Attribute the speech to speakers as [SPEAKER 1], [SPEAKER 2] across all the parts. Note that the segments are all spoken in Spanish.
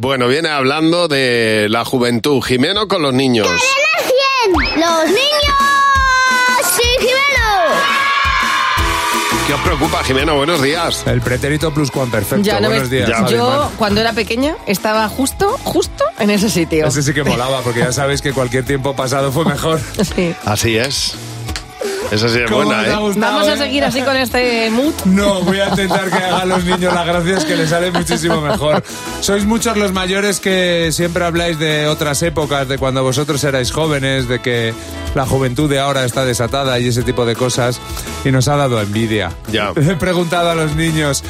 [SPEAKER 1] Bueno, viene hablando de la juventud. Jimeno con los niños.
[SPEAKER 2] ¡Los niños! ¡Sí,
[SPEAKER 1] ¿Qué os preocupa, Jimeno? Buenos días.
[SPEAKER 3] El pretérito pluscuamperfecto.
[SPEAKER 4] Ya no
[SPEAKER 3] Buenos
[SPEAKER 4] ves-
[SPEAKER 3] días. Javi
[SPEAKER 4] Yo,
[SPEAKER 3] Mar.
[SPEAKER 4] cuando era pequeña, estaba justo, justo en ese sitio.
[SPEAKER 3] Ese sí que molaba, porque ya sabéis que cualquier tiempo pasado fue mejor.
[SPEAKER 4] Sí.
[SPEAKER 1] Así es. Esa sí es
[SPEAKER 3] ¿Cómo
[SPEAKER 1] buena,
[SPEAKER 3] os ha
[SPEAKER 1] ¿eh?
[SPEAKER 3] gustado,
[SPEAKER 4] Vamos a
[SPEAKER 3] eh?
[SPEAKER 4] seguir así con este mood.
[SPEAKER 3] No, voy a intentar que hagan los niños las gracias que les sale muchísimo mejor. Sois muchos los mayores que siempre habláis de otras épocas, de cuando vosotros erais jóvenes, de que la juventud de ahora está desatada y ese tipo de cosas, y nos ha dado envidia.
[SPEAKER 1] Ya.
[SPEAKER 3] He preguntado a los niños,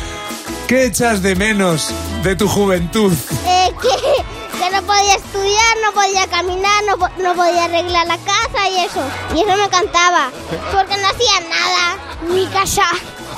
[SPEAKER 3] ¿qué echas de menos de tu juventud?
[SPEAKER 2] Eh, que, que no podía estudiar, no podía caminar, no, po- no podía arreglar la casa y eso. Y eso me encantaba, porque no hacía nada. Mi casa,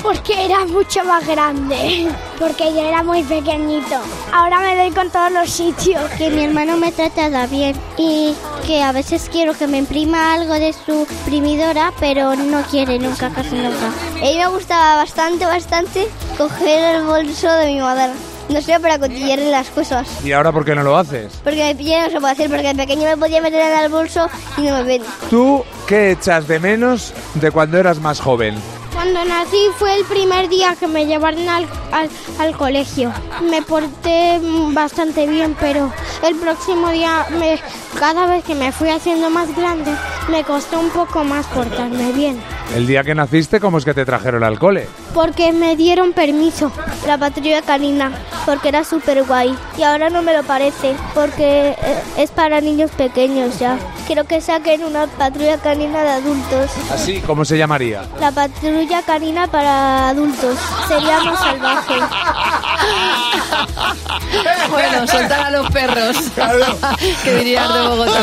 [SPEAKER 2] porque era mucho más grande. Porque yo era muy pequeñito. Ahora me doy con todos los sitios. Que mi hermano me trataba bien y que a veces quiero que me imprima algo de su imprimidora, pero no quiere nunca, casi nunca. A mí me gustaba bastante, bastante coger el bolso de mi madre. No sé, para cotillarle las cosas.
[SPEAKER 3] ¿Y ahora por qué no lo haces?
[SPEAKER 2] Porque de pequeño no se puede hacer, porque de pequeño me podía meter en el bolso y no me ven.
[SPEAKER 3] ¿Tú qué echas de menos de cuando eras más joven?
[SPEAKER 2] Cuando nací fue el primer día que me llevaron al, al, al colegio. Me porté mm, bastante bien, pero el próximo día, me, cada vez que me fui haciendo más grande, me costó un poco más portarme bien.
[SPEAKER 3] El día que naciste, ¿cómo es que te trajeron al cole?
[SPEAKER 2] Porque me dieron permiso. La patrulla canina, porque era súper guay. Y ahora no me lo parece, porque eh, es para niños pequeños ya. Quiero que saquen una patrulla canina de adultos.
[SPEAKER 3] Así, ¿cómo se llamaría?
[SPEAKER 2] La patrulla canina para adultos. Sería más salvaje.
[SPEAKER 4] Bueno, soltar a los perros.
[SPEAKER 3] Claro.
[SPEAKER 4] que dirías de
[SPEAKER 3] Es
[SPEAKER 4] Bogotá.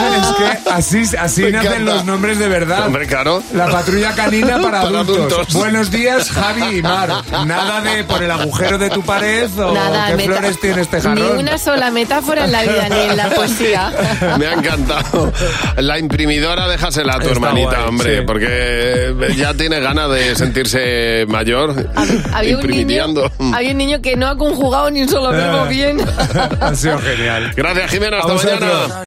[SPEAKER 3] que así, así
[SPEAKER 1] Me
[SPEAKER 3] nacen
[SPEAKER 1] encanta.
[SPEAKER 3] los nombres de verdad.
[SPEAKER 1] Hombre, claro.
[SPEAKER 3] La patrulla canina para,
[SPEAKER 1] Para
[SPEAKER 3] adultos.
[SPEAKER 1] adultos.
[SPEAKER 3] Buenos días, Javi y Mar. Nada de por el agujero de tu pared o oh, qué
[SPEAKER 4] meta-
[SPEAKER 3] flores tiene este
[SPEAKER 4] Ni
[SPEAKER 3] jarrón.
[SPEAKER 4] una sola metáfora en la vida, ni en la poesía.
[SPEAKER 1] Me ha encantado. La imprimidora déjasela a tu
[SPEAKER 3] Está
[SPEAKER 1] hermanita,
[SPEAKER 3] guay,
[SPEAKER 1] hombre,
[SPEAKER 3] sí.
[SPEAKER 1] porque ya tiene ganas de sentirse mayor.
[SPEAKER 4] Había un, niño,
[SPEAKER 1] imprimidiando.
[SPEAKER 4] había un
[SPEAKER 3] Ah.
[SPEAKER 4] niño que no ha conjugado ni un solo verbo bien.
[SPEAKER 3] Ha sido genial.
[SPEAKER 1] Gracias, Jimena.
[SPEAKER 3] A
[SPEAKER 1] Hasta mañana.
[SPEAKER 3] vosotros.